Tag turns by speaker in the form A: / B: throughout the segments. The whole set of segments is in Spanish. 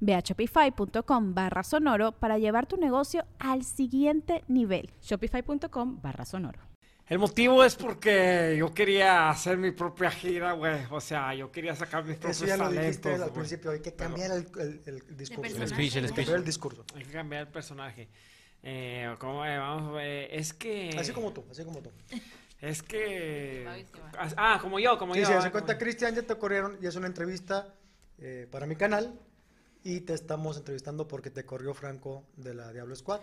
A: Ve a shopify.com barra sonoro para llevar tu negocio al siguiente nivel.
B: Shopify.com barra sonoro.
C: El motivo es porque yo quería hacer mi propia gira, güey. O sea, yo quería sacar mis propios
D: Eso ya lo dijiste
C: talentos.
D: al
C: güey.
D: principio, hay que cambiar el, el- el discurso.
E: El speech, el
D: Hay que
E: speech.
D: cambiar el discurso.
C: Hay que cambiar el personaje. Eh, ¿cómo, eh, vamos, eh, es que...
D: Así como tú, así como tú.
C: Es que...
E: Fabi, ¿qué
C: Ah, como yo, como
D: Sí,
C: yo.
D: sí,
C: ah,
D: se
C: como-
D: cuenta, Cristian, ya te corrieron y es una entrevista eh, para mi canal y te estamos entrevistando porque te corrió Franco de la Diablo Squad.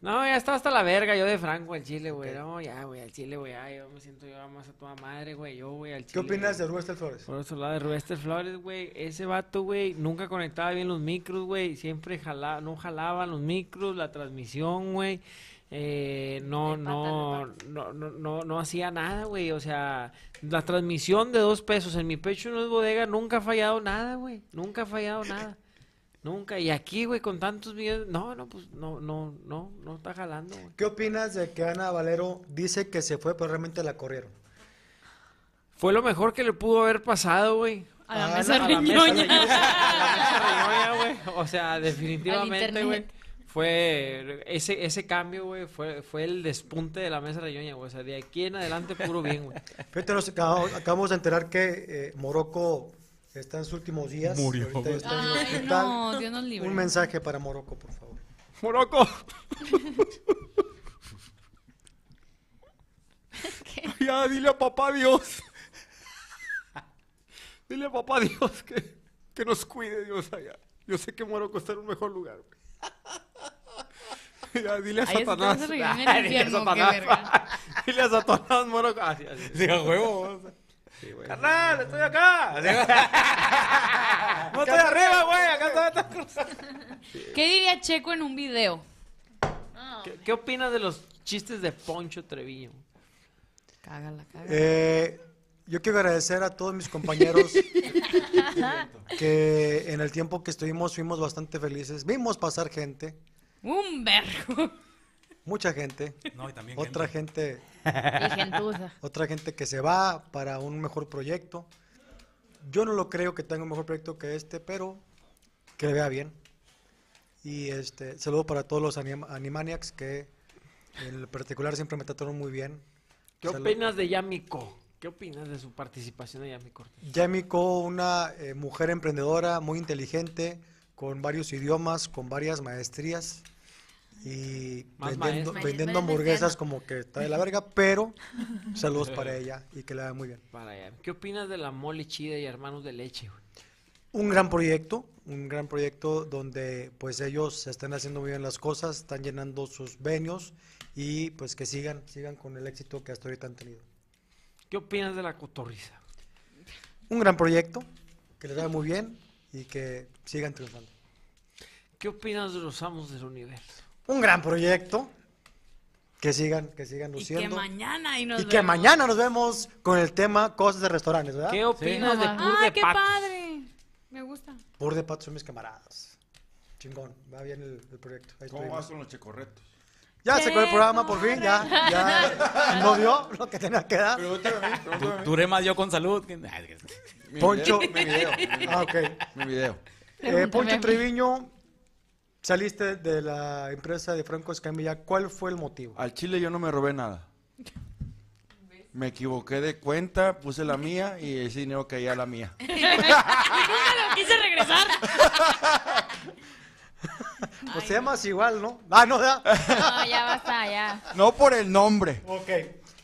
C: No, ya estaba hasta la verga yo de Franco al Chile, güey.
D: Ok.
C: No, ya, güey, al Chile, güey. ay, Yo me siento yo más a toda madre, güey. Yo, güey, al Chile.
D: ¿Qué opinas
C: güey.
D: de Rubén Flores?
C: Por otro lado, de Rubester Flores, güey, ese vato, güey, nunca conectaba bien los micros, güey, siempre jalaba, no jalaba los micros, la transmisión, güey, eh, no,
E: De pata,
C: no,
E: de
C: no, no, no, no hacía nada, güey, o sea, la transmisión de dos pesos en mi pecho no es bodega, nunca ha fallado nada, güey, nunca ha fallado nada, nunca, y aquí, güey, con tantos videos, no, no, pues, no, no, no, no está jalando, güey.
D: ¿Qué opinas de que Ana Valero dice que se fue, pero realmente la corrieron?
C: Fue lo mejor que le pudo haber pasado, güey.
E: A la
D: Ah,
E: mesa
D: no, a
C: la mesa
E: riñoña.
C: reñoña, güey. O sea, definitivamente,
E: Al
C: güey.
E: internet.
C: Fue ese, ese cambio, güey, fue, fue el despunte de la mesa reñoña, güey. O sea, de aquí en adelante puro bien, güey.
D: Fíjate, nos acabamos, acabamos de enterar que eh, Morocco está en sus últimos días.
F: Murió.
D: Ahorita está en el
E: Ay,
D: hospital.
E: no, Dios nos libre.
D: Un mensaje para Morocco, por favor.
C: ¡Moroco!
F: Ya, dile a papá Dios.
C: Dile a papá Dios que, que nos cuide, Dios, allá. Yo sé que Moroco está en un mejor lugar, güey. Ya, dile a
E: Ay, ese Satanás. te hace reír en el
C: Ay, dile a
E: infierno, qué
C: Satanás. Dile a Satanás, Moroco. Así, así.
F: Diga huevo.
C: Sí, güey.
F: Carnal, estoy acá.
C: No estoy arriba, güey. Acá todavía está
E: ¿Qué diría Checo en un video?
C: ¿Qué, qué opinas de los chistes de Poncho Treviño?
E: Cágala, cágala.
D: Eh, yo quiero agradecer a todos mis compañeros que en el tiempo que estuvimos fuimos bastante felices. Vimos pasar gente,
E: Un vergo.
D: mucha gente,
F: No, y también
D: otra gente,
E: Y gentuza.
D: otra gente que se va para un mejor proyecto. Yo no lo creo que tenga un mejor proyecto que este, pero que le vea bien. Y este saludo para todos los anim- Animaniacs que en particular siempre me trataron muy bien.
C: ¿Qué
D: Salud.
C: opinas de Yamiko? ¿Qué opinas de su participación de Yamiko?
D: Yamiko, una eh, mujer emprendedora muy inteligente, con varios idiomas, con varias maestrías y
C: Más
D: vendiendo,
C: maestras.
D: vendiendo hamburguesas como que está de la verga, pero saludos para ella y que le vaya muy bien.
C: Para Yami. ¿Qué opinas de la mole chida y hermanos de leche? güey?
D: Un gran proyecto, un gran proyecto donde pues ellos están haciendo muy bien las cosas, están llenando sus venios y pues que sigan, sigan con el éxito que hasta ahorita han tenido.
C: ¿Qué opinas de la cotorriza?
D: Un gran proyecto, que les vaya muy bien y que sigan triunfando.
C: ¿Qué opinas de los amos del universo?
D: un gran proyecto. Que sigan, que sigan
E: Y que
D: luciendo.
E: mañana ahí nos
D: Y que
E: vemos.
D: mañana nos vemos con el tema cosas de restaurantes, ¿verdad?
C: ¿Qué opinas de Pur
E: ¡Ah,
C: de
E: qué
C: Patos?
E: padre! Me gusta.
D: Por de pato son mis camaradas. Chingón, va bien el, el proyecto. Ahí
F: ¿Cómo
D: estuvimos.
F: vas con los checorretos?
D: Ya se acabó el programa, por fin, ya, ya. No dio lo que tenía que dar.
F: Pregúntame a mí, pregúntame a mí.
G: Duré más yo con salud. que-
F: Mi
D: Poncho.
F: video, mi video, mi video,
D: Ah, ok.
F: mi video.
D: Eh,
E: Pregúntame a
D: Poncho
E: mí.
D: Treviño, saliste de la empresa de Franco Escamilla. ¿Cuál fue el motivo?
F: Al chile yo no me robé nada. Me equivoqué de cuenta, puse la mía y ese dinero caía a la mía.
E: Nunca lo quise regresar.
D: Pues se llamas igual, ¿no? Ah, no, ya.
E: No, ya basta, ya.
F: No por el nombre.
D: Ok.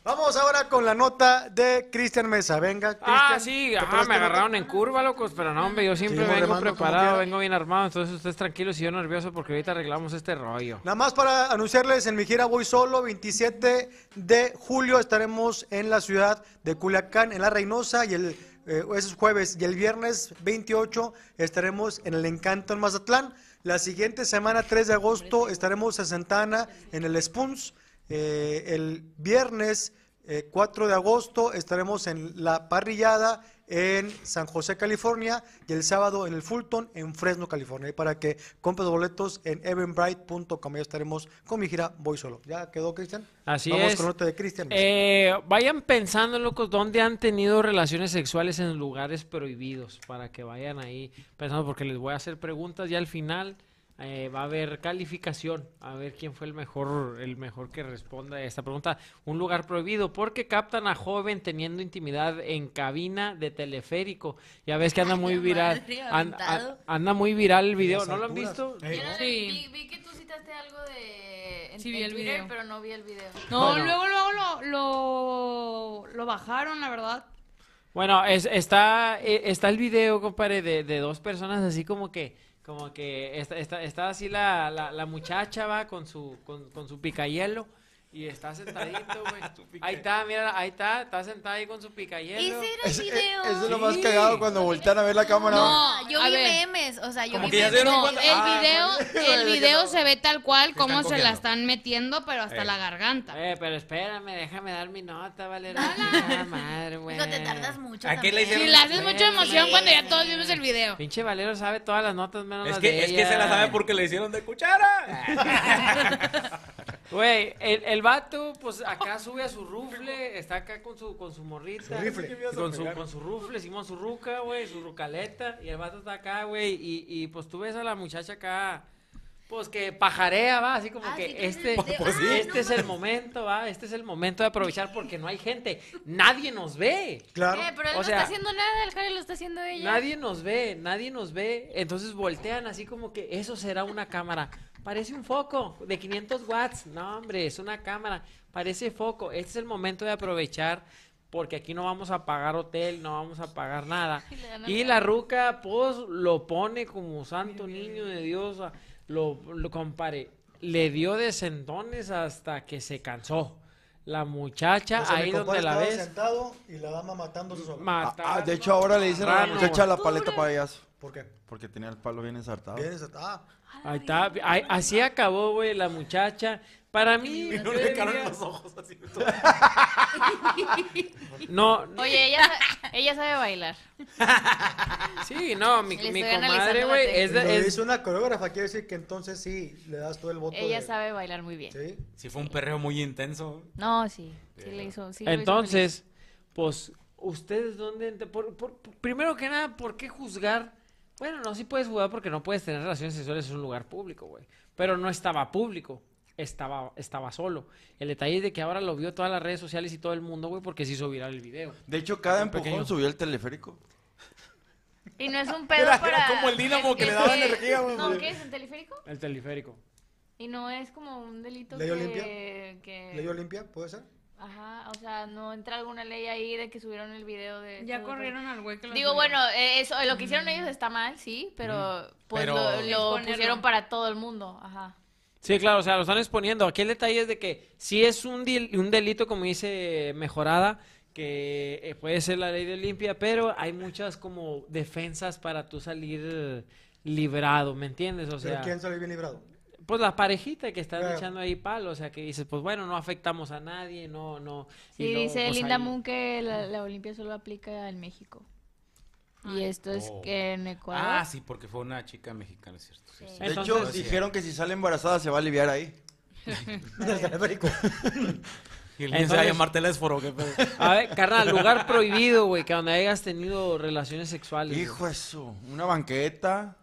D: Vamos ahora con la nota de Cristian Mesa. Venga, Cristian.
C: Ah, sí,
D: ¿te
C: ajá,
D: parece
C: me
D: que no?
C: agarraron en curva, locos, pero no, hombre, yo siempre
D: Seguimos
C: vengo
D: remando como
C: preparado,
D: quiera.
C: vengo bien armado, entonces ustedes tranquilos y yo nervioso porque ahorita arreglamos este rollo.
D: Nada más para anunciarles, en mi gira voy solo, 27 de julio estaremos en la ciudad de Culiacán, en La Reynosa, y el, eh, ese es jueves, y el viernes 28 estaremos en el Encanto en Mazatlán. La siguiente semana, 3 de agosto, estaremos en Santana, en el Spoons. Eh, el viernes eh, 4 de agosto estaremos en La Parrillada en San José, California, y el sábado en el Fulton en Fresno, California. Y para que compres boletos en evenbright.com, ya estaremos con mi gira Voy Solo. ¿Ya quedó, Cristian?
C: Así
D: Vamos
C: es.
D: con nota de Cristian.
C: Eh, vayan pensando, locos, dónde han tenido relaciones sexuales en lugares prohibidos para que vayan ahí pensando, porque les voy a hacer preguntas y al final eh, va a haber calificación, a ver quién fue el mejor, el mejor que responda a esta pregunta. Un lugar prohibido, porque captan a joven teniendo intimidad en cabina de teleférico. Ya ves que anda muy
G: la
C: viral,
G: madre,
C: an- a-
G: aventado.
C: anda muy viral el video.
D: las
C: ¿No lo han
D: alturas.
C: visto?
D: Eh,
G: Yo no-
E: Sí.
G: vi, vi que tú citaste algo de en,
E: Sí, vi
G: en
E: el
G: Twitter,
E: video.
G: pero no vi el video.
E: No,
C: Bueno.
E: luego, luego lo, lo, lo bajaron, la verdad.
C: Bueno, es- está, eh, está el video, compadre, de, de dos personas así como que, como que está, está, está así la, la, la muchacha, va, con su, con, con su picayelo y está sentadito, güey. ahí está, mira, ahí está, está sentada ahí con su picayelo.
G: Ese era el
F: Es, es,
G: video.
F: es lo
C: Sí.
F: más cagado cuando voltean a ver la cámara.
G: No, yo
E: a
G: vi
E: ver.
G: memes, o sea, yo
F: Como
G: vi
F: que ya se
G: memes.
F: dieron
E: No,
G: No, eh,
E: el
F: cuenta- Ah,
E: video, el
F: de que
E: video
F: no.
E: se ve tal cual
F: Se
E: como se
F: están
E: la
F: cogiendo.
E: están metiendo, pero hasta
F: Eh.
E: la garganta.
C: Eh, pero espérame, déjame dar mi nota, Valera. Chingada madre, güey.
G: no te tardas mucho.
H: ¿A qué le
G: también.
H: hicieron?
E: Y le haces
C: Bueno,
E: mucha emoción
G: sí.
E: cuando ya todos vimos el video.
C: Pinche Valero sabe todas las notas menos
H: Es
C: las
H: que,
C: de
H: es que se la
C: ella. Ah,
H: sabe porque le hicieron de cuchara.
C: Güey, el, el vato, pues acá sube a su rufle, está acá con su, con su morrita.
D: Su rifle.
C: y Con su, con su rufle, Simón, su ruca, güey, su rucaleta. Y el vato está acá, güey. Y, y pues tú ves a la muchacha acá, pues que pajarea, va, así como
G: Ah,
C: que
G: sí, que
C: este,
G: es el de-
H: Pues, sí.
C: este es el momento, va, este es el momento de aprovechar porque no hay gente. Nadie nos ve.
D: Claro.
G: Eh, pero él
C: O
G: no
C: sea,
G: está haciendo nada, el Harry lo está haciendo ella.
C: Nadie nos ve, nadie nos ve. Entonces voltean así como que eso será una cámara. Parece un foco de 500 watts. No, hombre, es una cámara. Parece foco. Este es el momento de aprovechar porque aquí no vamos a pagar hotel, no vamos a pagar nada.
G: Y le dan a
C: Y la ruca, pues, lo pone como santo niño de Dios. a- Lo, lo compare. Le dio de sentones hasta que se cansó. La muchacha,
D: O sea, mi
C: ahí donde
D: compadre
C: la
D: estaba
C: ves,
D: sentado y la dama matándose sola.
F: Ah,
C: matando.
F: ah, de hecho, ahora le dicen a la
C: Rano,
F: muchacha la paleta payaso.
D: ¿Por qué?
F: Porque tenía el palo bien ensartado.
D: Vienes a- ah,
C: Ahí está, ahí- así acabó, güey, la muchacha. Para mí,
H: Y no
C: yo
H: le
C: diría-
H: caron los ojos así.
C: no,
G: Oye, ella, sa- ella sabe bailar.
C: sí, no, mi,
G: Le
C: mi
G: estoy
C: comadre,
G: analizando
C: güey,
G: la
C: es,
D: lo
C: de- es-
D: dice una coreógrafa, quiere decir que entonces sí, le das todo el voto.
G: Ella
D: de-
G: sabe bailar muy bien.
D: Sí.
H: Sí, fue un perreo muy intenso.
G: No, sí, sí le hizo. sí lo hizo feliz.
C: Entonces, pues, ¿ustedes dónde? ent- por- por- por- primero que nada, ¿por qué juzgar? Bueno, no, sí puedes juzgar porque no puedes tener relaciones sexuales en un lugar público, güey. Pero no estaba público, estaba, estaba solo. El detalle es de que ahora lo vio todas las redes sociales y todo el mundo, güey, porque se hizo viral el video.
F: De hecho, cada
C: Un
F: empujón
C: pequeño.
F: subió el teleférico.
G: Y no es un pedo
H: Era- era
G: para.
H: como el dínamo
G: es
H: que le daba
G: es-
H: energía, güey.
G: No, ¿qué es? ¿Un teleférico?
C: El teleférico.
G: Y no es como un delito
D: ¿Ley
G: que.
D: Olimpia?
G: que-
D: ¿Ley Olimpia? ¿Puede ser?
G: Ajá, o sea, no entra alguna ley ahí de que subieron el video de.
E: Ya
G: todo,
E: corrieron al güey que
G: pero-
E: lo
G: Digo,
E: subió.
G: bueno, eh, eso, lo que hicieron ellos está mal, sí, pero pues
H: Pero-
G: lo, lo
E: Exponerlo.
G: pusieron para todo el mundo, ajá.
C: Sí, claro, o sea, lo están exponiendo. Aquí el detalle es de que si es un, dil- un delito, como dice Mejorada, que eh, puede ser la ley de limpia, pero hay muchas como defensas para tú salir eh, librado, ¿me entiendes? O sea,
D: ¿Pero quién sale bien librado?
C: pues la parejita que están
D: Claro.
C: echando ahí palo, o sea, que dices, pues bueno, no afectamos a nadie, no, no.
G: Sí,
C: y no,
G: dice
C: pues,
G: Linda
C: ahí-
G: Moon que la, la Olimpia solo aplica en México. Y esto es
H: Oh.
G: que en Ecuador.
H: Ah, sí, porque fue una chica mexicana, es cierto. sí,
G: Sí.
H: sí.
F: De
C: Entonces-
F: hecho, dijeron que si sale embarazada se va a aliviar ahí.
H: Y el niño se va a
C: Entonces-
H: llamar Telésforo, qué pedo.
C: A ver, carnal, lugar prohibido, güey, que donde hayas tenido relaciones sexuales. güey.
F: Hijo eso, una banqueta.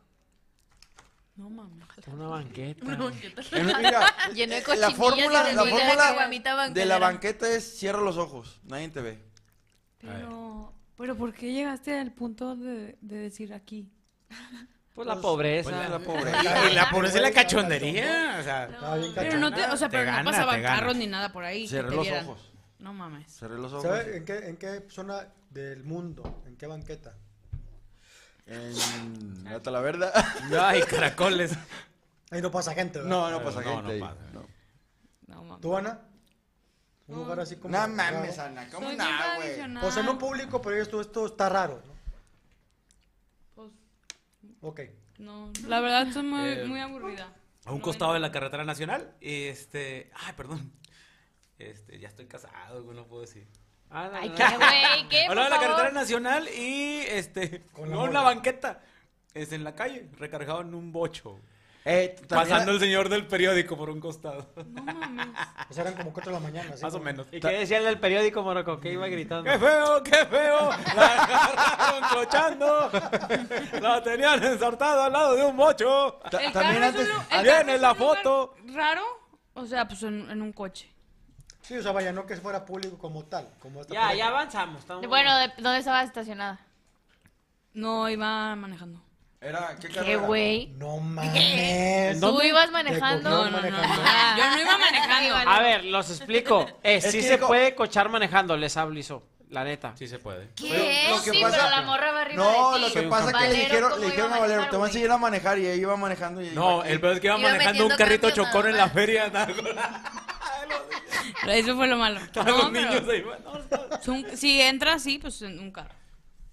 E: No mames.
C: Una banqueta. güey.
F: En- mira,
G: Lleno de
F: eh, la
G: cochinillas y
F: fórmula,
G: de
F: la
G: comida,
F: fórmula
G: caguamita
F: de la
G: banquetera.
F: banqueta es cierra los ojos, nadie te ve.
E: Pero, pero ¿por qué llegaste al punto de, de decir aquí?
C: Pues la pobreza.
F: Pues, la
H: Y
F: pobreza.
H: la- y la pobreza y la cachondería. O sea,
D: Estaba bien
E: Pero no te, o sea,
H: Te
E: pero
H: gana,
E: no pasaban
H: te gana.
E: carros ni nada por ahí. que
F: Cerré
E: te
F: los
E: vieran.
F: ojos.
E: No mames.
F: Cerré los ojos.
D: ¿Sabe en qué, en qué zona del mundo? ¿En qué banqueta?
F: En la Talavera.
H: Ay, caracoles.
D: Ahí no pasa gente, ¿verdad?
F: No, no pasa
H: No, no
F: gente. ahí.
H: pasa.
F: No.
E: No mames.
D: ¿Tú, Ana? Un lugar así como...
F: No mames, Ana, ¿cómo
E: Soy bien
F: no, güey?
E: tradicional.
D: O sea, no público, pero esto, esto está raro, ¿no?
E: Pues,
D: Ok.
E: no. La verdad, soy muy,
H: Eh,
E: muy aburrida.
H: A un
E: No,
H: costado
E: no.
H: de la carretera nacional. Este. Ay, perdón. Este, ya estoy casado, güey, no puedo decir.
C: Ah, no,
G: Ay,
C: no,
G: qué
C: no.
G: güey, qué. por
H: Al lado de la
G: favor?
H: carretera nacional y este.
D: Con la
H: no en
D: morra.
H: la banqueta. Es en la calle, recargado en un bocho.
F: Eh, también-
H: Pasando el señor del periódico por un costado.
E: No mames.
D: Pues eran como 4 de la mañana. así
H: Más o
D: como-
H: menos.
C: ¿Y qué decía el del periódico, Morocco? Que iba gritando.
H: ¡Qué feo, qué feo! ¡La agarraron clochando! ¡La tenían ensartada al lado de un bocho!
F: ta-
E: El
F: también
E: carro es un
F: antes-
E: lu- el
H: antes-
E: carro
H: Viene
E: es
H: la
E: un lugar
H: foto.
E: Raro. O sea, pues en, en un coche.
D: Sí, o sea, vaya, no que fuera público como tal. Como esta
C: Ya,
D: pareja.
C: ya avanzamos. estamos-
G: Bueno, ¿de- ¿dónde estaba estacionada?
E: No, iba manejando.
F: Era, ¿qué carro
G: Qué
F: era?
G: güey.
D: No mames.
G: Tú ibas
D: Te
G: manejando. Ah.
D: cogieron
E: No, no, no.
D: manejando.
E: Yo no Ah. iba manejando.
G: Iba-
C: A ver, los explico. Eh,
F: Es
C: sí
F: que
C: se
F: dijo-
C: puede cochar manejando, les ablizo. La neta.
H: Sí se puede.
G: ¿Qué?
F: Pero lo que
G: sí,
F: pasa-
G: pero la morra va arriba.
F: No,
G: de ti.
F: lo que
H: un
F: pasa es que le
G: Valero,
F: dijeron,
G: ¿cómo
F: le dijeron
G: iba
F: a Valero,
G: manejar,
F: te voy a
G: güey?
F: enseñar a manejar y ella iba manejando. Y
H: No, el peor es que iba
G: Iba
H: manejando un
G: metiendo
H: carrito
G: cambios
H: chocón en
G: nada
H: la
G: más.
H: feria. nada, con-
E: Pero eso fue lo malo.
H: Estaban
E: No,
H: los niños
E: pero
H: ahí. No, no.
E: es un- si entra, sí, pues en un carro.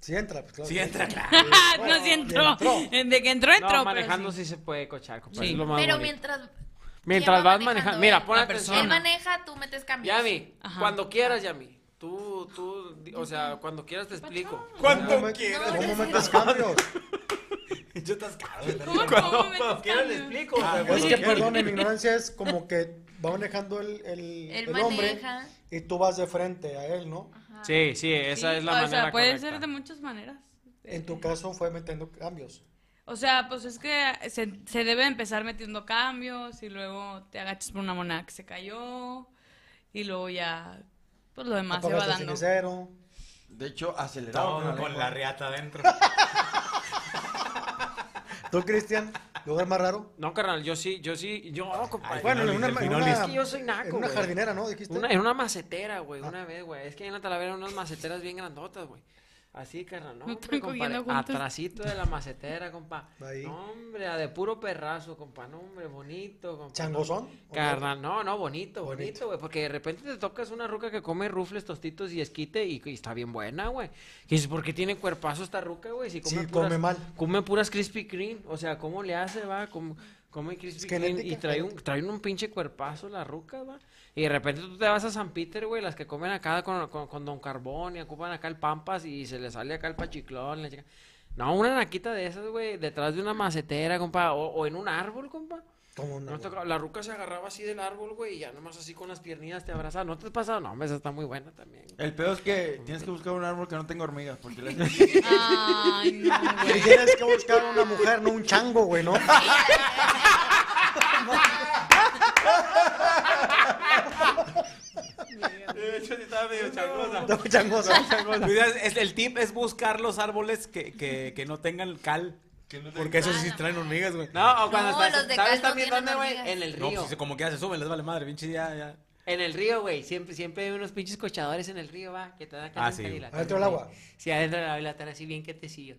D: Si entra, pues claro.
H: Sí, entra, claro.
E: no, si entró.
D: entró.
E: De que entró, pues. entró.
C: No,
E: pero
C: manejando
E: sí.
C: sí se puede cochar, compadre,
E: Sí.
C: es lo más
G: Pero
C: bonito.
G: mientras.
C: Mientras
G: ella va
C: vas manejando. Mira,
G: él,
C: pon
G: la
C: atención.
G: persona. Él maneja, tú metes cambios.
C: Yami,
E: Ajá.
C: cuando quieras, Yami. Tú, tú, di- o sea, cuando quieras te explico.
H: Cuando
D: ¿Cómo,
H: quieras.
D: ¿Cómo metes cambios?
H: Yo atascado.
E: ¿Cómo,
C: Cuando,
E: cómo me
C: cuando
E: estás
C: quieras le
E: cambiando?
C: explico. o sea,
D: Es que,
C: cuando-
D: perdón, en mi ignorancia es como que va manejando el, el,
G: Él
D: el hombre
G: maneja.
D: y tú vas de frente a él, ¿no?
C: Sí, sí, esa
E: Sí,
C: es la manera
E: O sea, puede
C: correcta.
E: ser de muchas maneras.
D: En tu caso fue metiendo cambios.
E: O sea, pues es que se, se debe empezar metiendo cambios y luego te agachas por una moneda que se cayó y luego ya, pues lo demás se va
D: Apagaste el
E: dando.
D: cenicero.
F: De hecho, acelerado.
H: Todo con la reata adentro.
D: ¿Tú, Cristian? ¿Lugar más raro?
C: No, carnal, yo sí, yo sí, yo, no, compadre.
D: Bueno, en
H: Finolis,
D: una,
H: el
D: en
H: Finolis.
D: una-
C: Es que yo soy naco,
D: en una
C: güey.
D: jardinera, ¿no? Dijiste.
C: Una, en una macetera, güey, una vez, güey. Es que ahí en la Talavera hay unas maceteras bien grandotas, güey. Así, carnal, no,
E: No
C: hombre,
E: están cogiendo
C: compadre.
E: juntos.
C: Atrasito de la macetera, compa.
D: Ahí.
C: No, hombre, a de puro perrazo, compa. No, hombre, bonito, compa.
D: ¿Changozón?
C: Carnal, no, no, bonito,
D: Bonito.
C: bonito, güey. Porque de repente te tocas una ruca que come rufles, tostitos y esquite y, y está bien buena, güey. Y dices, ¿por qué tiene cuerpazo esta ruca, güey? Si come,
D: Sí,
C: puras-
D: come mal.
C: Come puras Krispy Kreme. O sea, ¿cómo le hace, va? Com- come
D: Es
C: Krispy Kreme
D: genética,
C: y trae un,
D: genética.
C: trae un pinche cuerpazo la ruca, va. Y de repente tú te vas a San Peter, güey, las que comen acá con, con, con Don Carbón y ocupan acá el Pampas y se le sale acá el pachiclón. la chica. No, una naquita de esas, güey, detrás de una macetera, compa, o, o en un árbol, compa.
D: ¿Cómo no?
C: Nos tocaba- la ruca se agarraba así del árbol, güey, y ya nomás así con las piernillas te abrazaba. ¿No te has pasado? No, hombre, esa está muy buena también.
G: Eh,
F: El peor es que tienes que buscar un árbol que no tenga hormigas. Porque la-
E: Ay, no,
D: Y
E: güey.
D: tienes que buscar una mujer, no un chango, güey, ¿no?
H: De hecho, sí estaba medio changosa.
D: No, un changoso.
H: Cuidado, es- el tip es buscar los árboles que, que, que no tengan cal. Porque esos sí traen hormigas, güey.
C: No, o cuando
G: No,
C: estás,
G: los de cal
C: ¿sabes
G: no
C: también
G: tienen
C: dónde, güey?
G: hormigas.
C: En el
H: No,
C: río.
H: pues como que ya se suben, les vale madre, pinche ya, ya.
C: En el río, güey. Siempre, siempre hay unos pinches cochadores en el río, va, que te dan que
H: Ah,
C: hacen
H: sí.
C: calilatar,
D: ¿Adentro del
C: güey.
D: agua?
C: Sí, adentro del agua y la están así bien quietecillos.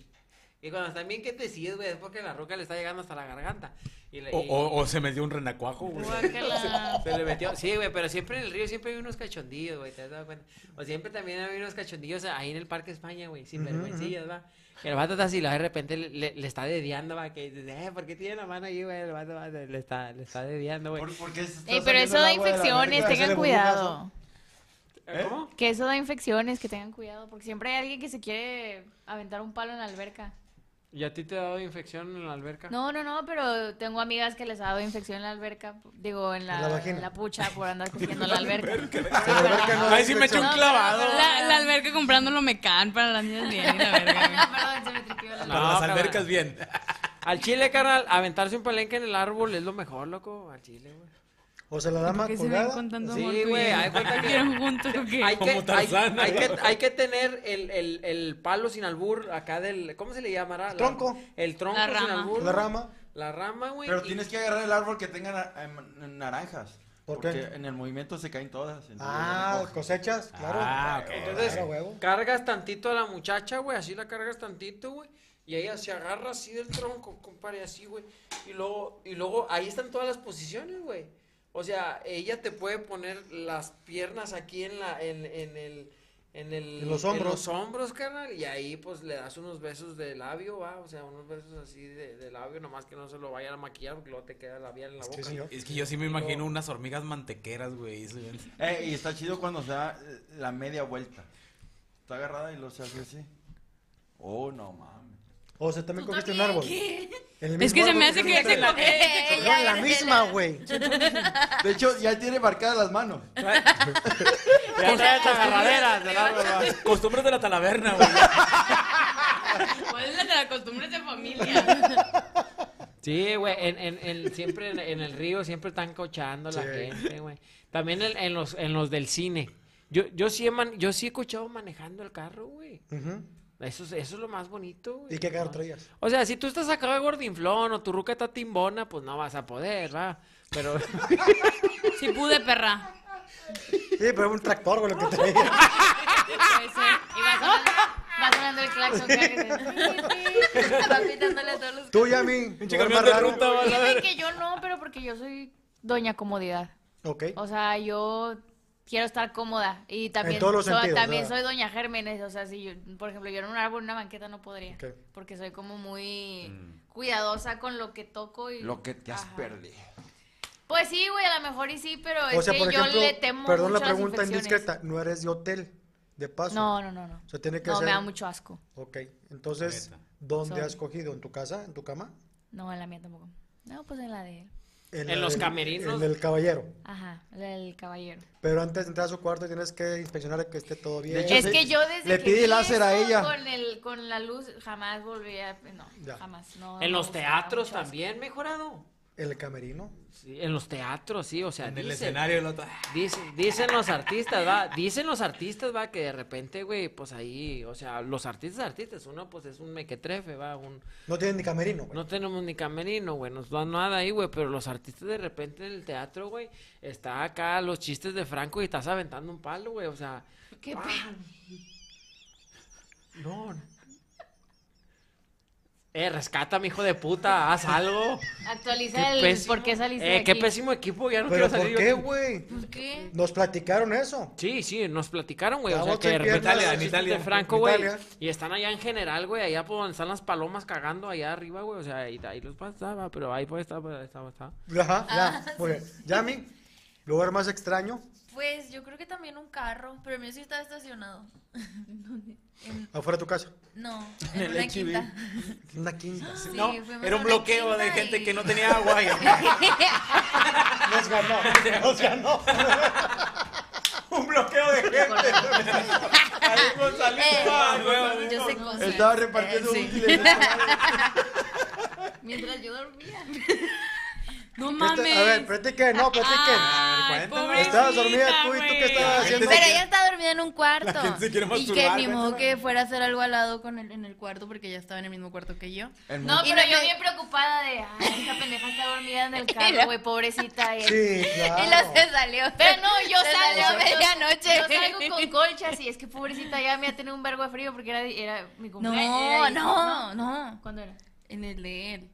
C: Y cuando están bien quietecillos, güey, es porque la ruca le está llegando hasta la garganta. Y le-
H: O,
C: y-
H: o- o se metió un renacuajo, güey.
G: Guácala.
C: Se le metió. Sí, güey, pero siempre en el río siempre hay unos cachondillos, güey, ¿te has dado cuenta? O siempre también hay unos cachondillos ahí en el Parque España, güey, sin vergüencillas, va. Que el vato está así, luego de repente le, le- le está dediando, va, que dice, eh, ¿por qué tiene la mano ahí, güey? El vato va, le está, le está dediando, güey.
F: Por- porque se está
G: Ey, pero
F: saliendo
G: eso
F: el
G: da
F: agua de la
G: infecciones,
F: alberca.
G: tengan
D: Hacerle burbujas,
G: cuidado.
H: eh?
C: ¿Cómo?
G: Que eso da infecciones, que tengan cuidado. Porque siempre hay alguien que se quiere aventar un palo en la alberca.
C: ¿Y a ti te ha dado infección en la alberca?
G: No, no, no, pero tengo amigas que les ha dado infección en la alberca. Digo, en
D: En
G: la,
D: la vagina.
G: en la pucha por andar cogiendo en la alberca.
D: En la alberca no hay
H: Ahí sí me echó un
G: No,
H: clavado.
G: pero-
E: La, la alberca comprándolo me can para las niñas bien, la verga.
G: No, perdón, se me tripió la
C: No,
H: Para las
C: cabrón.
H: albercas, bien.
C: Al chile, carnal, aventarse un palenque en el árbol es lo mejor, loco. Al chile, güey.
D: O se la dama
E: Que se ven
D: colgada.
E: con tanto
C: Sí,
E: amor tú y
C: güey,
E: yo.
C: hay cuenta que-
E: ¿Vivieron juntos o qué?
C: Hay que,
H: Como
C: hay,
H: Tarzán,
C: hay
H: ¿no?
C: que, hay que tener el, el, el palo sin albur acá del. ¿Cómo se le llamará? La-
D: Tronco.
C: el tronco
E: La
C: sin
E: rama.
C: albur.
D: La rama.
C: La rama, güey.
F: Pero
C: y-
F: tienes que agarrar el árbol que tenga na- em, naranjas.
D: ¿Por
F: porque
D: qué?
F: en el movimiento se caen todas. entonces yo
D: Ah,
F: recojo.
D: cosechas, claro.
H: Ah, ok.
C: Entonces,
D: Claro, huevo.
C: cargas tantito a la muchacha, güey, así la cargas tantito, güey. Y ella se agarra así del tronco, compadre, así, güey. Y luego, y luego, ahí están todas las posiciones, güey. O sea, ella te puede poner las piernas aquí en la, en, en el, en el.
D: En los hombros.
C: los hombros, carnal. Y ahí, pues, le das unos besos de labio, va. O sea, unos besos así de, de labio, nomás que no se lo vayan a maquillar porque luego te queda labial en la
D: Sí,
C: boca.
D: señor.
H: Es que yo sí me imagino unas hormigas mantequeras, güey. eso yo-
F: Eh, y está chido cuando se da eh, la media vuelta. Está agarrada y lo se hace así. Oh, no mames.
D: O sea, también cogiste un árbol. En el
E: Es
D: mismo
E: que se me
D: árbol
E: hace que ya
D: cogiste
E: te
D: la-
E: coqué.
D: No, en la misma, güey.
F: De hecho, ya tiene marcadas las manos.
H: Ya trae talavernas del árbol, va. Costumbres de la talaverna, güey.
E: ¿Cuál es la de las costumbres de familia?
C: Sí, güey, en, en, en- siempre en, en el río siempre están cochando la
D: Sí.
C: gente, güey. También en, en los, en los del cine. Yo, yo sí he man- yo sí he cochado manejando el carro, güey.
D: Ujú.
C: Eso es, eso es lo más bonito, güey.
D: ¿Y qué carro
C: No.
D: traías?
C: O sea, si tú estás acá de gordinflón o tu ruca está timbona, pues no vas a poder, va. Pero
E: Si pude, perra.
D: Sí, pero era un tractor, güey, lo que traía.
E: Ah.
G: Puede ser. Y va sonando, va sonando el claxon. cállate. Va pitándole a todos los
D: Tú y a mí.
H: Pinche
D: lugar
H: camión de
D: más raro.
H: ruta, va, la
G: Fíjate
H: verga.
G: que yo no, pero porque yo soy doña comodidad.
D: Ok.
G: O sea, yo quiero estar cómoda y también
D: todos los
G: so-
D: sentidos,
G: también
D: o sea.
G: soy doña Gérmenes, o sea, si yo, por ejemplo, yo en un árbol, en una banqueta no podría,
D: Ok.
G: porque soy como muy cuidadosa con lo que toco y
F: Mm. Lo que te has
G: Ajá.
F: perdido.
G: Pues sí, güey, a lo mejor y sí, pero
D: O
G: es
D: sea,
G: que
D: por ejemplo,
G: yo le temo
D: perdón la
G: mucho a las
D: pregunta
G: infecciones.
D: indiscreta, no eres de hotel, de paso.
G: No, no, no, no.
D: O sea, tiene que
G: no,
D: ser.
G: me da mucho asco.
D: Ok, entonces,
H: Neta.
D: ¿dónde
G: Sorry.
D: has cogido? ¿En tu casa? ¿En tu cama?
G: No, en la mía tampoco. No, pues en la de él.
C: En
D: la
C: los
D: del-
C: camerinos.
D: En el caballero.
G: Ajá, la del caballero.
D: Pero antes de entrar a su cuarto tienes que inspeccionar que esté todo bien.
F: hecho,
G: es
F: se-
G: que yo desde
F: le
G: que
F: pide
G: vi
F: láser a
G: eso
F: ella.
G: Con, el, con la luz jamás volví a... No,
D: Ya.
G: jamás. No, no me
C: en los
G: gustaba
C: teatros
G: mucho asco.
C: también mejorado.
D: En el camerino.
C: Sí, en los teatros, sí, o sea,
H: En el
C: dicen-
H: escenario, el otro. "Ah,
C: Dicen, dicen los artistas, va, dicen los artistas, va, que de repente, güey, pues ahí, o sea, los artistas, artistas, uno pues es un mequetrefe, va, un,
D: No tienen ni camerino, güey.
C: no tenemos ni camerino, güey, nos dan nada ahí, güey, pero los artistas de repente en el teatro, güey, está acá los chistes de Franco y estás aventando un palo, güey, o sea,
G: Qué
C: ¡pam!
G: pena.
C: No. Eh, rescata, mi hijo de puta, haz algo.
G: Actualiza el por qué saliste
C: eh,
G: de
C: qué
G: aquí.
C: pésimo equipo, ya no
D: Pero
C: quiero salir
D: ¿por
C: yo
D: qué,
C: aquí.
D: güey?
G: ¿Por qué?
D: Nos platicaron eso.
C: Sí, sí, nos platicaron, güey. O sea,
D: Vamos
C: que de
D: en
C: repente
D: piernas,
C: los
H: en
C: chistes
H: Italia,
C: de Franco,
D: en
C: güey.
D: Italia.
C: Y están allá en general, güey. Allá por donde están las palomas cagando allá arriba, güey. O sea, ahí, ahí los pasaba, pero ahí pues estaba, estaba, estaba.
D: Ajá,
I: Ah,
D: ya, muy bien. Yami, lugar más extraño,
I: Pues yo creo que también un carro, pero el mío sí estaba estacionado. ¿Dónde? En-
D: afuera de tu casa.
I: no, en, una quinta.
D: Una quinta.
I: Sí,
H: No,
I: fuimos
H: era
I: a
H: un
I: una
H: bloqueo de
I: quinta
H: gente
I: y-
H: que no tenía agua. y-
D: Nos ganó, nos ganó.
H: Un bloqueo de gente. Ahí Gonzalito,
I: Eh,
H: ah, güey.
I: yo sé cosas.
F: Estaba repartiendo
I: Eh, sí.
F: útiles.
I: Mientras yo dormía.
E: No
D: Esta-
E: mames.
D: Este, a ver, platiquen, no, platiquen.
E: Ay,
H: Cuéntanos.
D: Estabas
E: pobrecita,
D: dormida tú y tú qué
E: güey.
D: estabas haciendo.
I: Ah, Pero ella estaba dormida en un cuarto.
H: La gente se quiere
I: y que
H: masturbar,
I: ni modo
H: cuéntame.
I: que fuera a hacer algo al lado con el, en el cuarto porque ella estaba en el mismo cuarto que yo.
F: El
G: No,
F: mundo-
I: Y
G: pero
I: no
G: yo
I: me-
G: bien preocupada de, ay, esta pendeja está dormida en el carro, güey, pobrecita. y-
D: Sí,
I: Y la
D: claro.
I: se salió.
G: Pero no, yo
I: Se salió a
G: salgo, yo-
I: medianoche.
G: Yo salgo con colchas y es que pobrecita ya me ha tenido un vergo de frío porque era, era mi cumpleaños.
I: No,
G: era-
I: no, no.
G: ¿Cuándo era?
I: En el de él.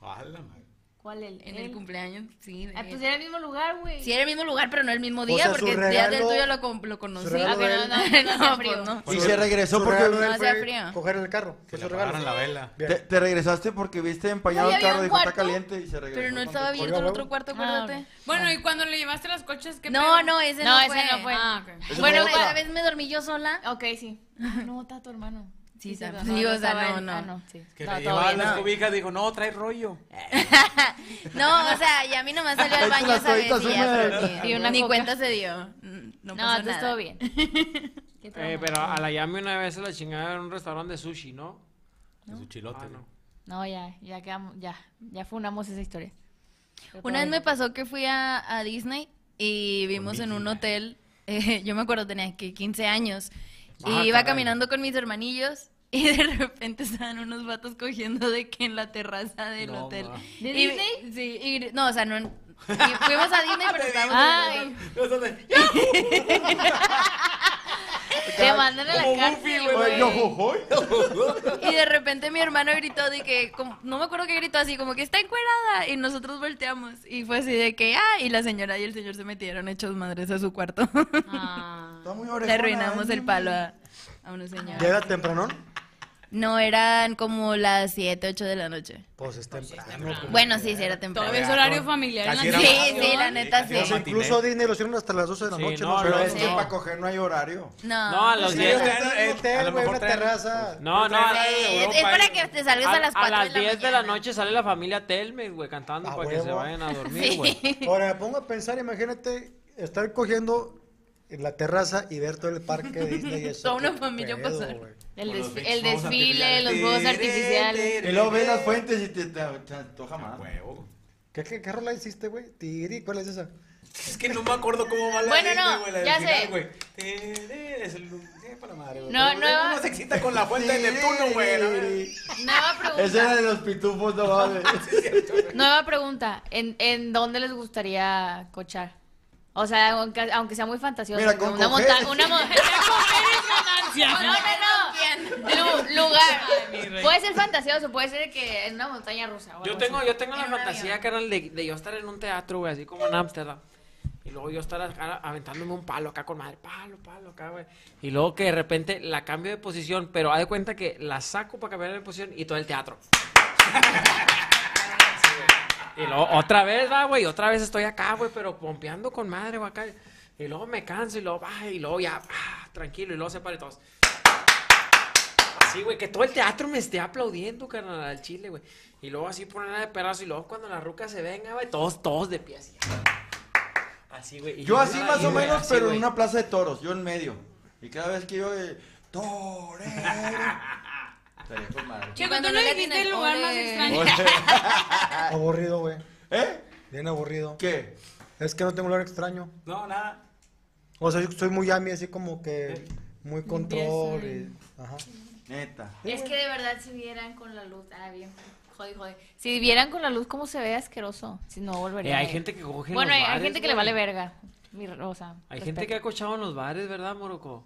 H: A Ah, la madre.
G: ¿Cuál él?
I: En el
G: Él.
I: cumpleaños, sí. de
G: Ah, pues
I: él.
G: era el mismo lugar, güey.
I: Sí, era el mismo lugar, pero no el mismo
D: O
I: día,
D: sea, su
I: porque el día del
D: regalo-
I: tuyo lo, com- lo conocí.
D: regalo
G: Ah, pero
D: de él-
G: no, no, no,
I: pues
G: frío.
I: no.
F: Y se regresó
D: Su
F: porque
D: regalo de él
I: No
D: fue
I: hacía frío.
D: Coger el carro,
H: Que
D: fue
H: le
D: su regalo.
H: apagaron la vela.
D: Pues
F: te,
D: Bien.
F: te regresaste porque viste empañado
G: Oye,
F: el carro
G: había
F: y
G: un
F: está
G: cuarto,
F: caliente y se regresó.
I: Pero no
F: con-
I: estaba abierto el
D: Oiga,
I: otro cuarto,
G: Ah,
I: acuérdate.
E: Bueno, y cuando le llevaste las coches, ¿qué
I: No,
E: pedo?
I: no, ese
G: No,
I: no,
G: ese no fue.
E: Ah, ok.
F: Esa fue
I: Bueno,
F: otra.
I: esa vez me dormí yo sola.
G: Ok, sí. Ah, No, está tu hermano.
I: Sí, está-
G: está-
I: sí, o sea,
G: estaba
I: no,
G: él.
I: no.
G: Ah, no, sí.
H: Que
G: No,
H: le
G: todo
H: llevaban
G: bien.
H: las cobijas, dijo, no, trae rollo.
I: No, o sea, y a mí nomás salió al
F: Ahí tú
I: baño
F: las
I: esa vez
F: toallitas
I: y ya se
F: húmedas.
I: dormía.
G: Y una
I: Ni
G: coca.
I: cuenta se dio. Mm, No,
G: No,
I: pasó
G: entonces
I: nada.
G: todo bien. Qué
C: Eh,
G: trauma.
C: pero a la Yami una vez se la chingaba en un restaurante de sushi, ¿no?
H: Es un chilote.
C: Ah, no.
G: No, ya, ya quedamos, ya, ya funamos esa historia. Pero
I: Una
G: todo
I: vez me
G: bien.
I: pasó que fui a, a Disney y vimos en un hotel, eh, yo me acuerdo tenía que 15 años,
C: Ah,
I: y iba
C: caray.
I: caminando con mis hermanillos Y de repente estaban unos vatos cogiendo de que en la terraza del
C: No,
I: hotel.
C: ma.
G: ¿De
I: Y-
G: Disney?
I: Sí, y gri- no, o sea, no. en- y fuimos a Disney, pero estábamos. en el
G: Ay, te mandan a la cárcel, güey.
F: Yo, jojoy.
I: hotel. Y de repente mi hermano gritó de que, como- no me acuerdo que gritó así, como que está encuerada. Y nosotros volteamos. Y fue así de que, ah, y la señora y el señor se metieron hechos madres a su cuarto.
G: Ah.
F: Está muy
I: Le
F: orejona,
I: arruinamos
F: ¿eh?
I: el palo a, a unos señores.
D: ¿Ya era temprano?
I: No, eran como las 7, 8 de la noche.
D: Pues es temprano. pues.
I: Bueno, sí, sí, era temprano.
E: Todavía es horario familiar en la
H: Casi era
I: Sí,
E: televisión.
I: sí, la neta
H: Casi era
I: sí.
H: matiné.
D: Incluso Disney lo hicieron hasta las 12 de la
C: Sí,
D: noche.
C: no,
F: Pero
C: no,
F: es que
C: no.
F: para coger no hay horario.
I: No.
C: No, a los
D: Sí,
H: Sí,
C: diez-
H: o sea,
D: está en
H: eh,
D: un hotel,
H: a lo
D: güey,
H: mejor
D: una
H: traen-
D: terraza.
C: No, no,
H: Sí,
C: a la de
I: es-
C: Europa,
I: es para
C: eh.
I: que te salgas a las cuatro
C: A
I: de
C: las
I: la
C: 10 de la
I: mañana.
C: noche sale la familia Telmes, güey, cantando
D: A
C: para que se
D: Ah, huevo.
C: vayan a dormir, güey.
D: Ahora, me pongo a pensar, imagínate estar cogiendo en la terraza y ver todo el parque de Disney. y eso,
I: Toda una
D: qué
I: familia
D: pedo,
I: pasar.
D: güey.
G: El,
F: Con los
G: desfi-
F: pinches
G: el
F: fuegos
G: desfile, los
F: artificiales.
G: juegos artificiales.
F: Y luego ves las fuentes y te, te, te antoja
H: Ah,
F: más.
D: ¿Qué, qué, qué rola hiciste, güey? Tiri, ¿cuál es esa?
H: Es que no me acuerdo cómo va la
G: Bueno,
H: letra,
G: no,
H: güey, la del
G: ya
H: final,
G: sé.
H: güey. Tere, es el- eh, para la madre, güey.
G: No,
H: Pero
G: no.
H: Uno se excita con la fuente de Neptuno, güey. ¿no?
G: Nueva
F: Ese era
G: pregunta.
F: de los pitufos, no mames.
G: Nueva pregunta. ¿En, en dónde les gustaría cochar? O sea, aunque, aunque sea muy fantasioso.
F: Mira,
G: que
F: con
G: una
F: coger.
G: montaña. Una montaña. no, no, no. Lu- lugar. Puede ser fantasioso, puede ser que en una montaña rusa. o
C: Yo
G: algo
C: tengo,
G: así.
C: yo tengo la
I: En un
C: fantasía,
I: avión.
C: carnal, de, de yo estar en un teatro, güey, así como en Ámsterdam. Y luego yo estar acá aventándome un palo acá con madre, palo, palo acá, güey. Y luego que de repente la cambio de posición, pero haz de cuenta que la saco para cambiar de posición y todo el teatro. Y luego otra vez, va, güey, otra vez estoy acá, güey, pero pompeando con madre, güey, acá. Y luego me canso y luego, va, y luego ya, ah, tranquilo, y luego se pare todos. Así, güey, que todo el teatro me esté aplaudiendo, carnal, al chile, güey. Y luego así ponerla de perrazo y luego cuando la ruca se venga, güey, todos, todos de pie así. Así, güey. y
F: Yo así más
C: ahí,
F: o
C: güey,
F: menos,
C: así,
F: pero en
C: güey.
F: una plaza de toros, yo en medio. Y cada vez que yo... eh, Torero. Estaría con madre.
E: Che, cuando
I: Cuando no
E: le
I: le
E: dijiste
I: tienes
E: el lugar más
I: ore.
E: extraño.
F: Oye,
D: Aburrido, güey.
F: ¿Eh?
D: Bien aburrido.
F: ¿Qué?
D: Es que no tengo un lugar extraño.
H: No, nada.
D: O sea, yo soy muy ami, así como que muy control. y- Ajá.
F: Neta.
G: Es que de verdad si vieran con la luz, ah, bien, jode, jode. Si vieran con la luz cómo se ve asqueroso, si no volvería.
C: Eh,
G: a
C: hay
G: ir.
C: gente que coge en
G: Bueno,
C: los
G: hay, hay
C: bares,
G: gente que le
C: güey.
G: vale verga. Mi rosa.
C: Hay gente que ha cochado en los bares, ¿verdad, Moroco?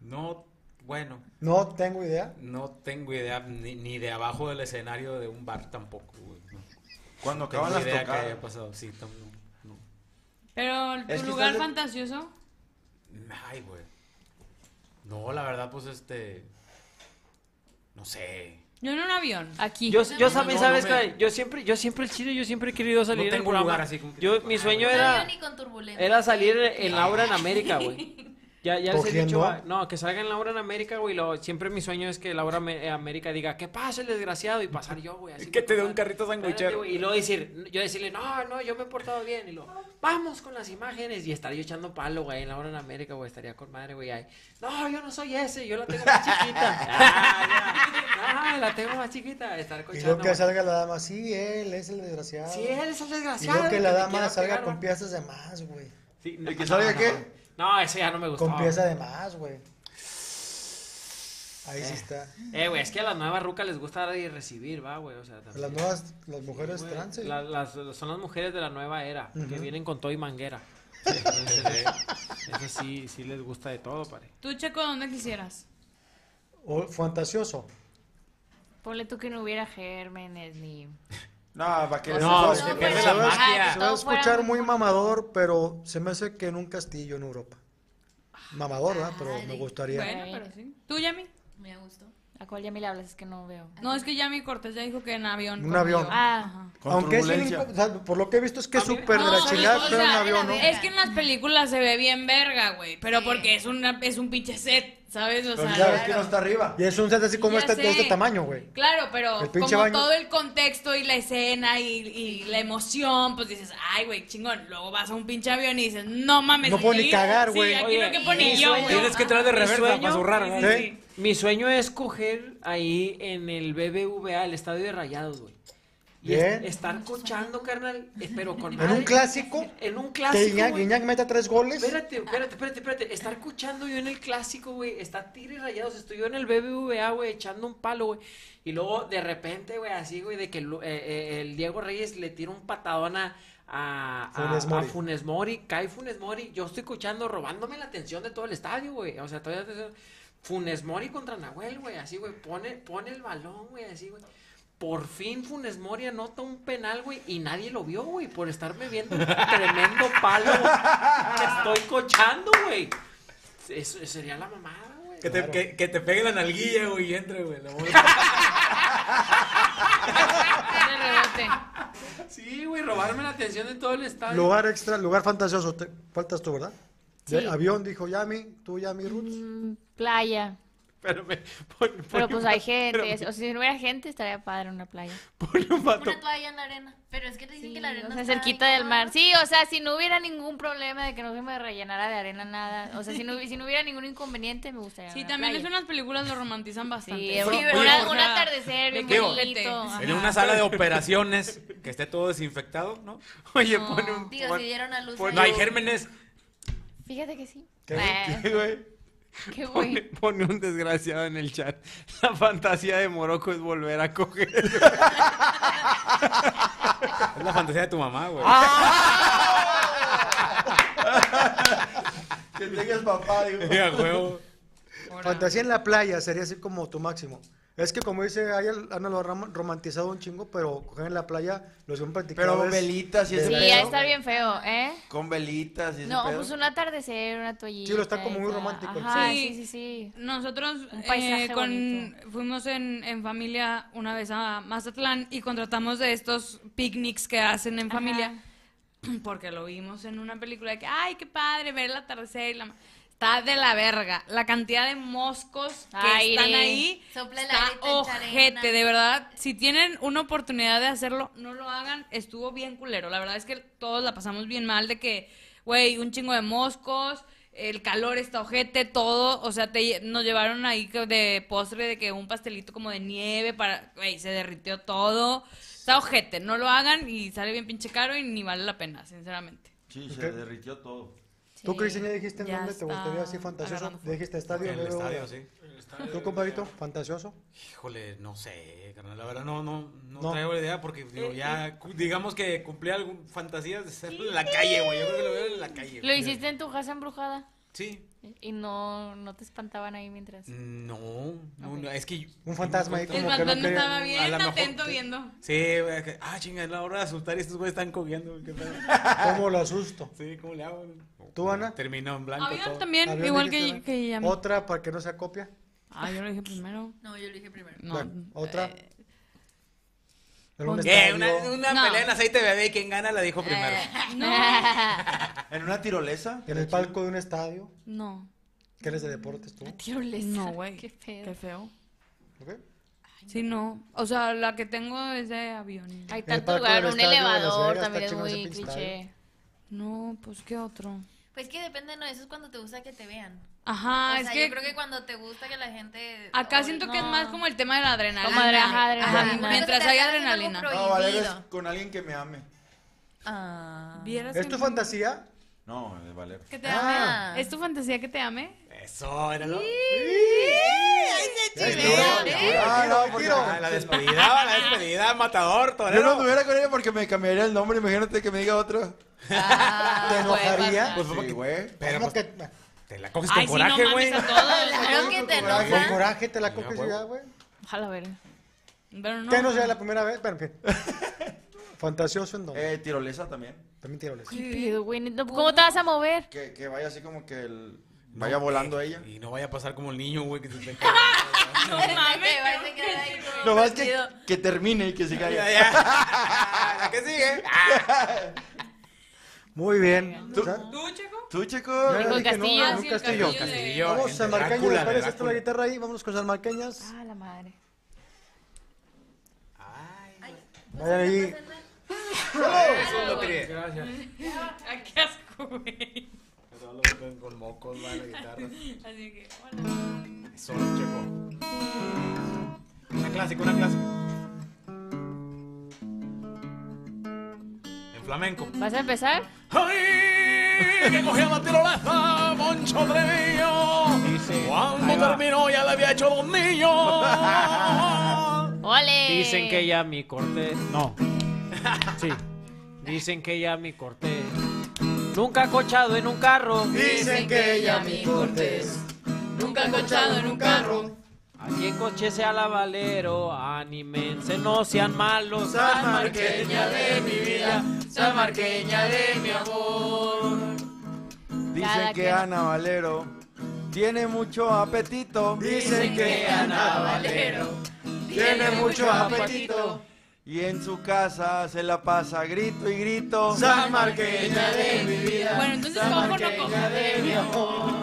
H: No, bueno,
D: No tengo idea.
H: no tengo idea ni, ni de abajo del escenario de un bar tampoco, güey. No
F: Cuando
H: tengo
F: acaban las
H: idea que pues, haya
F: tocadas.
H: pasado. Sí, tam- no,
E: Pero
F: Es
E: tu
F: que
E: lugar
F: estás de-
E: fantasioso.
H: no. Ay, güey. No, la verdad, pues este. No sé.
E: Yo en un avión.
G: Aquí.
C: Yo, yo también,
H: no,
C: ¿sabes
H: no me-
C: qué? Yo siempre, yo siempre el chile, yo siempre he querido salir
H: tengo
C: en
H: un
C: programa.
H: lugar así como que-
C: Yo, mi sueño
I: No
C: era...
I: había ni con turbulencia.
C: Era salir en la obra en América, güey. Ya, ya les he
D: ¿Cogiendo?
C: dicho, va- no, que salga en la obra en América, güey. lo- siempre mi sueño es que la obra me- eh, América diga, ¿qué pasa el desgraciado? Y pasar yo, güey. así
H: Que te dé un
C: como-
H: carrito
C: Espérate,
H: sandwichero.
C: güey, Y luego decir, yo decirle, no, no, yo me he portado bien. Y luego, vamos con las imágenes. Y estaría echando palo, güey, en la obra en América, güey. Estaría con madre, güey. ahí, No, yo no soy ese, yo la tengo más chiquita. ah, ya. Ah, la tengo más chiquita. Estar
D: Y
C: cochando.
D: luego que
C: güey.
D: salga la dama, sí, él es el desgraciado.
C: Sí, él es el
D: Y
C: desgraciado.
D: luego que la
C: me
D: dama
C: quiere
D: salga
C: pegar,
D: con
C: güey.
D: piezas de más, güey.
C: Sí,
F: ¿Y que salga
C: no,
F: qué?
C: No, No, ese ya no me gustó.
D: Con piezas de más, güey. Ahí sí está.
C: Eh, güey, es que a las nuevas rucas les gusta dar y recibir, va, güey. O sea, también.
D: Las nuevas, las mujeres
C: Güey,
D: trans. sí.
C: la- las- son las mujeres de la nueva era, que vienen con todo y manguera. Eso sí, sí les gusta de todo, pare.
E: Tú, Checo, donde quisieras.
D: O fantasioso.
G: Ponle tú que no hubiera gérmenes ni.
F: No, va a querer
C: No,
F: ser-
C: se
F: no,
C: pierde
F: pues,
C: la
F: ¿sabes?
C: magia.
D: Se va a
G: Todo fuera
D: escuchar
G: muy
D: muy mamador, pero se me hace que en un castillo en Europa. Mamador, ¿verdad? Pero me
I: Ay,
D: gustaría.
E: Bueno, pero sí. ¿Tú, Yami?
I: Me gustó.
G: ¿A cuál ya me le hablas? Es que no veo.
E: No, es que Yami Cortés ya dijo que en avión.
D: Un
E: como
D: avión.
E: yo.
G: Ah,
F: Con
D: Aunque es bien
F: turbulencia.
D: impo- o sea, por lo que he visto es que es
C: A mí-
D: súper de
E: No,
D: la
E: ¿sabes?
D: chingada,
E: O
D: pero en
E: sea,
D: avión, ¿no?
I: verga.
E: Es que en las películas se ve bien verga, güey. Pero
I: Sí.
E: porque es, una, es un pinche set, ¿sabes? O
D: Pues
F: Pero
E: sea,
F: ya ves que no está arriba.
D: Y es un set así como
E: Ya
D: este, de este
E: sé.
D: tamaño, güey.
E: Claro, pero
D: El pinche
E: como
D: baño.
E: todo el contexto y la escena y, y la emoción, pues dices, ay, güey, chingón. Luego vas a un pinche avión y dices, no mames.
D: No puedo ni
E: ¿sí?
D: cagar, güey.
E: Sí, aquí
C: Oye,
E: no que pone
C: mi
E: yo,
C: sueño-
E: güey.
H: Tienes que traer de
C: Mi
H: reversa
C: sueño-
H: para zurrar,
E: Sí,
H: ¿no?
E: sí,
D: ¿Eh?
E: sí.
C: Mi sueño es coger ahí en el BBVA, el estadio de Rayados, güey. Y es-
D: Bien.
C: estar cochando, carnal, eh, pero con
D: En un
C: madre.
D: clásico,
C: En un
D: que
C: clásico,
D: Guiñac,
C: güey.
D: Guiñac meta tres goles.
C: Espérate, espérate, espérate, espérate. Estar cochando yo en el clásico, güey. Está tira y rayados. Estoy yo en el BBVA, güey, echando un palo, güey. Y luego, de repente, güey, así, güey, de que el, eh, eh, el Diego Reyes le tira un patadón a, a, a-
D: Funes Mori.
C: a Funes Mori. Cae Funes Mori. Yo estoy cochando, robándome la atención de todo el estadio, güey. O sea, todavía... Funes Mori contra Nahuel, güey. Así, güey. Pone, pone el balón, güey. Así, güey. Por fin Funes Mori anota un penal, güey, y nadie lo vio, güey, por estarme viendo un tremendo palo que estoy cochando, güey. Eso eso sería la mamada, güey.
H: Que te, que, que te pegue la nalguilla, güey, y entre, güey. la bola.
E: De rebote.
C: Sí, güey, robarme la atención de todo el estadio.
D: Lugar extra, lugar fantasioso. Te- faltas tú, ¿verdad?
G: Sí.
D: De avión, dijo Yami. Tú, Yami, Ruth.
G: Mm, playa.
C: Pero, me- pon- pon
G: Pero
C: un
G: pues
C: pa-
G: hay gente.
C: pero-
G: O sea, si no hubiera gente, estaría padre una playa.
C: pon un pato-
I: Una toalla en la arena. Pero es que te dicen que la
G: Sí,
I: arena
G: o sea,
I: está
G: cerquita
I: bien
G: del mar.
I: cabrona.
G: Sí, o sea, si no hubiera ningún problema de que no se me rellenara de arena nada. O sea, si no, si no hubiera ningún inconveniente, me gustaría.
E: Sí,
G: una
E: también
G: playa.
E: es unas películas lo romantizan bastante.
G: Sí,
I: Sí,
G: un-
I: pero-
G: una-
I: Oye,
G: un
I: o sea,
G: atardecer,
E: de
G: bien
E: que-
G: bonito.
E: Sí.
H: En
G: ajá.
H: una sala de operaciones que esté todo desinfectado, ¿no?
C: Oye, pone un.
I: Digo,
C: pon-
I: si dieron a luz.
H: No hay gérmenes.
G: Fíjate que sí.
D: ¿Qué?
G: Eh,
C: ¿Qué, güey?
G: qué
C: Pone,
G: güey.
C: pone un desgraciado en el chat. La fantasía de Morocco es volver a coger.
H: Es la fantasía de tu mamá, güey.
C: Ah.
F: Que tengas papá, digo.
H: Sí, a huevo.
D: Fantasía en la playa sería así como tu máximo. Es que como dice Ariel, Ana lo ha rom- romantizado un chingo, pero coger en la playa los han practicado.
F: Pero
D: es-
F: velitas y
D: de
F: ese
G: Sí,
D: pedo.
G: ya está bien feo, ¿eh?
F: Con velitas y ese
G: No,
F: pedo.
G: pues un atardecer, una toallita.
D: Sí, lo está como muy
G: esa.
D: romántico.
G: Ajá,
E: Sí.
G: sí, sí, sí.
E: Nosotros
G: Un paisaje
E: eh, con-
G: bonito.
E: fuimos en, en familia una vez a Mazatlán y contratamos de estos picnics que hacen en
G: Ajá.
E: familia porque lo vimos en una película de que, ay, qué padre ver el atardecer. y la ma-". Está de la verga. La cantidad de moscos que
G: Aire.
E: están ahí
I: Sopla el
E: está
I: aire, te echa arena.
E: ojete. De verdad, si tienen una oportunidad de hacerlo, no lo hagan. Estuvo bien culero. La verdad es que todos la pasamos bien mal de que, güey, un chingo de moscos, el calor está ojete, todo. O sea, te lle- nos llevaron ahí que de postre de que un pastelito como de nieve para, güey, se derritió todo. Está ojete, no lo hagan y sale bien pinche caro y ni vale la pena, sinceramente.
F: Sí, se
D: Ok.
F: derritió todo.
D: ¿Tú, Cris, ya dijiste en
E: Ya
D: dónde te
E: está
D: gustaría así fantasioso?
E: agarrando
D: Dijiste estadio.
H: En el
D: luego-
H: estadio, sí.
D: ¿Tú, compadrito, fantasioso?
H: Híjole, no sé, carnal. La verdad, no, no, no,
D: No.
H: traigo la idea porque digo, ya, cu- digamos que cumplí algún fantasías de hacerlo en la calle, güey. Yo creo que lo veo en la calle.
G: Lo
H: güey.
G: hiciste en tu casa embrujada
H: Sí.
G: y no, no te espantaban ahí mientras.
H: No, no,
G: Ok.
H: no, es que. yo-
D: Un fantasma ahí
H: El
D: como
E: El
D: que no
E: fantasma
D: quería-
E: estaba
H: a
E: bien
H: la mejor-
E: atento viendo.
H: Sí, güey. que- Ah, chinga, es la hora de asustar y estos güeyes están cogiendo. güey, qué pedo.
D: ¿Cómo lo asusto?
H: Sí, ¿cómo le hago?
D: ¿Tú, Ana?
H: Terminó en blanco.
E: Avión
H: todo.
E: también,
D: Avión,
E: igual
D: dijiste,
E: que, que
D: ¿verdad?
E: Yami.
D: Otra para que no sea copia.
E: Ah, yo lo dije primero.
I: No, yo lo dije primero.
E: No.
D: Bueno, otra.
E: eh,
D: En un
E: un-
H: Eh,
D: estadio.
H: una, una
E: No. Eh.
H: pelea en aceite de bebé y quien gana la dijo primero.
F: ¿En una tirolesa?
D: En el palco de un estadio.
E: No.
D: ¿Qué eres de deportes
E: Ah,
D: tú?
G: Tirolesa.
E: No, güey.
G: Qué pedo.
E: Qué feo.
D: ¿Ok?
E: Sí, no. O sea, la que tengo es de aviones.
G: Hay
D: el
G: tanto
D: palco
G: lugar,
D: del
G: un
D: estadio de Las
G: elevador
D: Vegas,
G: también es
D: está chingón
G: muy
D: ese pinche
G: cliché.
D: estadio.
E: No, pues qué otro.
I: Pues que depende, no, eso es cuando te gusta que te vean.
E: Ajá,
I: o
E: Ah, es
I: sea,
E: que,
I: yo creo que cuando te gusta que la gente...
E: acá
I: o-
E: siento que es
G: no.
E: más como el tema de la adrenalina.
G: Como adre- ajá, adrenalina.
E: Ajá,
I: Cuando
E: Mientras
I: te
E: hay
I: estás haciendo algo
E: adrenalina.
F: No, Valeria es
I: prohibido.
F: con alguien que me ame.
I: Ah.
E: Vieras
D: ¿Es
E: que
D: tu
E: no-
D: fantasía?
F: No, de Valeria.
E: que te
D: Ah.
E: ame. ¿Es tu fantasía que te ame?
H: Eso, era lo.
D: Ya
F: chingada.
D: estuvo, ya,
F: Ah, no,
D: tiro,
F: porque-
D: tiro.
H: Ah, La despedida, la despedida, matador,
F: Yo no
H: torero.
F: anduviera con ella porque me cambiaría el nombre. Imagínate que me diga otro.
I: Ah,
D: ¿Te
I: puede
D: enojaría?
I: pasar.
F: Pues sí, güey.
H: Pero
D: No,
H: pues,
D: que-
H: te la coges con
E: Ay, sí, no
H: coraje, güey.
E: mames a todos.
I: Claro que te
F: Coraje.
D: Con
I: enoja.
D: coraje te la
H: Ya,
D: coges
H: huevo.
D: ya, güey.
G: Ojalá ver.
E: Pero no.
D: Que no sea la primera vez, pero en fin. Fantasioso en donde.
F: Eh, tirolesa también.
D: También tiroles.
G: Qué pedo, güey. No, ¿Cómo te vas a mover?
F: Que, que vaya así como que el-
H: No,
F: vaya volando
H: eh,
F: ella.
H: Y no vaya a pasar como el niño, güey, que se te
E: No
I: Te
E: mames.
I: vas a quedar ahí todo
F: Lo más que,
I: perdido.
F: que termine y que se
H: Ya,
F: caiga.
H: ya. ¿La que sigue? Ah,
D: Muy bien. O sea,
E: ¿Tú, Checo?
F: ¿Tú, chico?
G: Nico
D: ya dije, no,
G: Castillo.
D: en un
E: Sí, el
D: castillo.
E: castillo.
H: Castillo,
D: Vamos a
H: en
D: marcaño
H: Drácula,
D: de Pérez, está
H: Drácula.
D: la guitarra ahí, vámonos con las marqueñas.
G: Ah, la madre.
D: Vayan ahí.
H: Eso es lo que quería.
C: Gracias.
E: Ay, Ah, qué asco, güey.
H: Eso lo tocan Con mocos, va, la guitarra.
E: Así que, hola.
H: Eso, checo. Una clásica, una clásica.
J: flamenco.
G: ¿Vas a empezar?
J: ¡Ay! Que cogí a Matilo Laza, Moncho Treviño. Cuando terminó ya le había hecho dos niños.
G: ¡Ole!
C: Dicen que ya mi corte. No. Sí. Dicen que ya mi corte. Nunca ha cochado en un carro.
G: Dicen que ya mi Cortés
I: Nunca conchado en un carro.
C: A quien coche sea la valero. Anímense, no sean malos. San
I: Marqueña de mi vida, San Marqueña de mi amor.
F: Dicen que
G: quien.
F: Ana Valero tiene mucho apetito.
I: Dicen que Ana Valero tiene mucho apetito.
F: Y en su casa se la pasa grito y grito.
I: San Marqueña de mi vida.
K: Bueno, entonces,
I: San
K: ¿cojo o no
I: Marqueña
K: cojo?
I: de mi amor.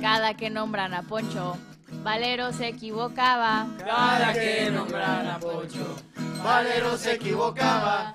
G: Cada que nombran a Poncho, Valero se equivocaba.
I: Cada que nombran a Pocho, Valero se equivocaba.